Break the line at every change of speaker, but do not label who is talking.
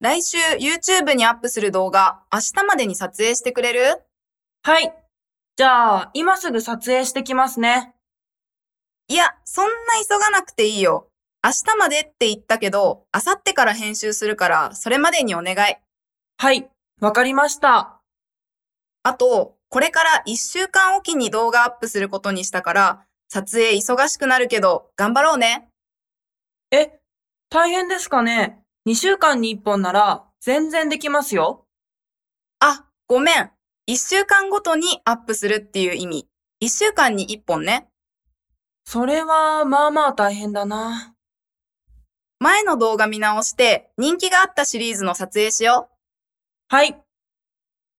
来週 YouTube にアップする動画、明日までに撮影してくれる
はい。じゃあ、今すぐ撮影してきますね。
いや、そんな急がなくていいよ。明日までって言ったけど、明後日から編集するから、それまでにお願い。
はい。わかりました。
あと、これから1週間おきに動画アップすることにしたから、撮影忙しくなるけど、頑張ろうね。
え、大変ですかね ?2 週間に1本なら全然できますよ。
あ、ごめん。1週間ごとにアップするっていう意味。1週間に1本ね。
それは、まあまあ大変だな。
前の動画見直して、人気があったシリーズの撮影しよう。
はい。